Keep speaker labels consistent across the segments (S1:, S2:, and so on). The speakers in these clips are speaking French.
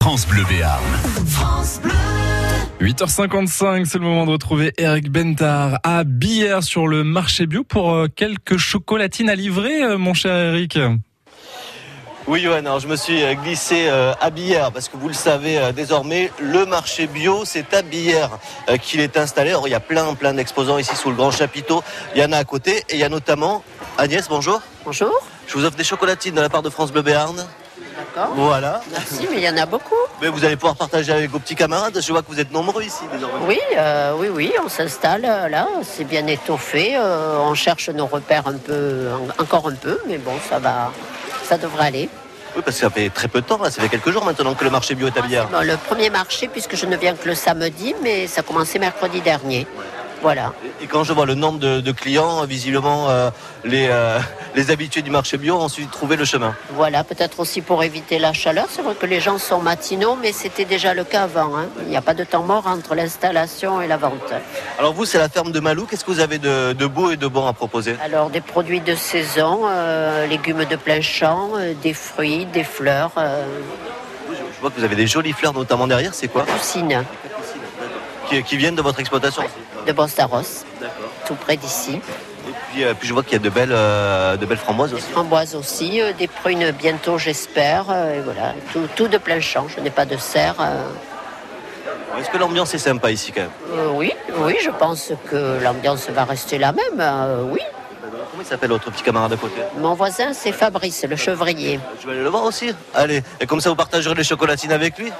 S1: France Bleu Béarn.
S2: 8h55, c'est le moment de retrouver Eric Bentard à Bière sur le marché bio pour euh, quelques chocolatines à livrer, euh, mon cher Eric.
S3: Oui, Johan, alors je me suis euh, glissé euh, à Billère parce que vous le savez euh, désormais, le marché bio, c'est à Billère euh, qu'il est installé. Alors, il y a plein, plein d'exposants ici sous le grand chapiteau. Il y en a à côté et il y a notamment Agnès, bonjour.
S4: Bonjour.
S3: Je vous offre des chocolatines de la part de France Bleu Béarn.
S4: D'accord.
S3: Voilà.
S4: Merci, mais il y en a beaucoup.
S3: Mais vous allez pouvoir partager avec vos petits camarades. Je vois que vous êtes nombreux ici désormais.
S4: Oui, euh, oui, oui, on s'installe euh, là, c'est bien étoffé. euh, on cherche nos repères un peu, en- encore un peu, mais bon, ça va, ça devrait aller.
S3: Oui, parce que ça fait très peu de temps, là. ça fait quelques jours maintenant que le marché bio est à Billère.
S4: Bon, le premier marché, puisque je ne viens que le samedi, mais ça commençait mercredi dernier. Voilà.
S3: Et quand je vois le nombre de, de clients, visiblement, euh, les, euh, les habitués du marché bio ont su trouver le chemin.
S4: Voilà, peut-être aussi pour éviter la chaleur. C'est vrai que les gens sont matinaux, mais c'était déjà le cas avant. hein. Il n'y a pas de temps mort entre l'installation et la vente.
S3: Alors vous, c'est la ferme de Malou. Qu'est-ce que vous avez de, de beau et de bon à proposer
S4: Alors des produits de saison, euh, légumes de plein champ, euh, des fruits, des fleurs, euh,
S3: Je vois que vous avez des jolies fleurs, notamment derrière. C'est quoi
S4: poussines
S3: qui, qui viennent de votre exploitation.
S4: de Bostaros, tout près d'ici.
S3: Et puis, euh, puis je vois qu'il y a de belles, euh, de belles framboises aussi.
S4: Framboises aussi, euh, des prunes bientôt j'espère, euh, et voilà, tout, tout de plein champ. Je n'ai pas de serre. euh.
S3: Est-ce que l'ambiance est sympa ici quand même
S4: Euh, oui, oui, je pense que l'ambiance va rester la même. euh, oui,
S3: Comment il s'appelle votre petit camarade à côté
S4: mon voisin c'est Fabrice, le chevrier.
S3: Je vais aller le voir aussi. Allez, et comme ça vous partagerez les chocolatines avec lui.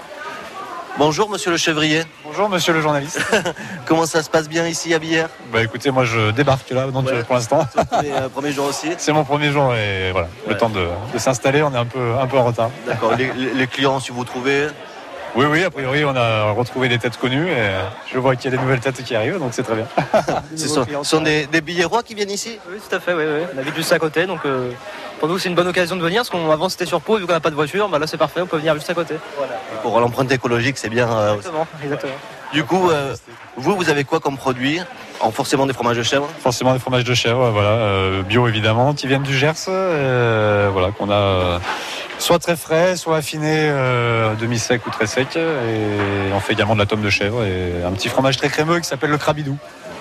S3: Bonjour Monsieur le Chevrier.
S5: Bonjour monsieur le journaliste.
S3: Comment ça se passe bien ici à Bière
S5: bah écoutez, moi je débarque là, donc
S3: Ouais.
S5: euh, pour l'instant.
S3: Les euh, premiers jours aussi.
S5: C'est mon premier jour et voilà,
S3: Ouais.
S5: le temps de, de s'installer, on est un peu, un peu en retard.
S3: D'accord. Les, les- les clients, si vous trouvez.
S5: Oui, oui, a priori on a retrouvé des têtes connues et euh, je vois qu'il y a des nouvelles têtes qui arrivent, donc c'est très bien.
S3: Ce sont, ce sont des, des billets rois qui viennent ici
S6: Oui, tout à fait, oui, oui. on habite juste à côté, donc euh, pour nous c'est une bonne occasion de venir, parce qu'avant c'était sur Pau, vu qu'on n'a pas de voiture, bah là c'est parfait, on peut venir juste à côté.
S3: Pour l'empreinte écologique, c'est bien. euh, aussi.
S6: Exactement, exactement.
S3: Du coup, euh, vous, vous avez quoi comme produit En forcément des fromages de chèvre
S5: Forcément des fromages de chèvre, voilà, euh, bio évidemment, qui viennent du Gers, euh, voilà, qu'on a euh, soit très frais, soit affiné euh, demi-sec ou très sec. Et on fait également de la tome de chèvre et un petit fromage très crémeux qui s'appelle le crabidou.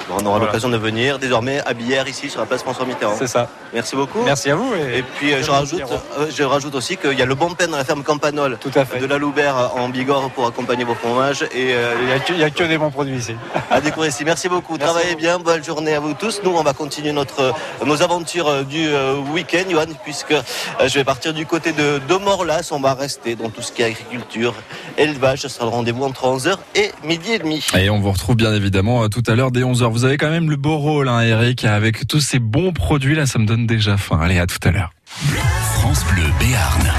S3: Bon, On aura
S5: Voilà.
S3: l'occasion de venir désormais à Bière ici sur la place François Mitterrand.
S5: C'est ça.
S3: Merci beaucoup.
S5: Merci à vous et,
S3: Et puis euh, je, rajoute, euh, je rajoute aussi qu'il y a le bon pain dans la ferme Campanole
S5: tout à fait.
S3: de la Loubert euh, en Bigorre pour accompagner vos fromages et euh,
S5: Il n'y a, que- il y a que des bons produits ici.
S3: à découvrir ici. Merci beaucoup.
S5: Merci
S3: Travaillez
S5: beaucoup.
S3: bien. Bonne journée à vous tous. Nous, on va continuer notre, euh, nos aventures euh, du euh, week-end, Johan, puisque euh, je vais partir du côté de Domorlas. On va rester dans tout ce qui est agriculture, élevage. Ce sera le rendez-vous entre 11h et midi et demi.
S2: Et on vous retrouve bien évidemment euh, tout à l'heure dès 11h. Vous avez quand même le beau rôle, hein, Eric, avec tous ces bons produits là, ça me donne déjà faim. Allez, à tout à l'heure.
S1: France Bleu Béarn.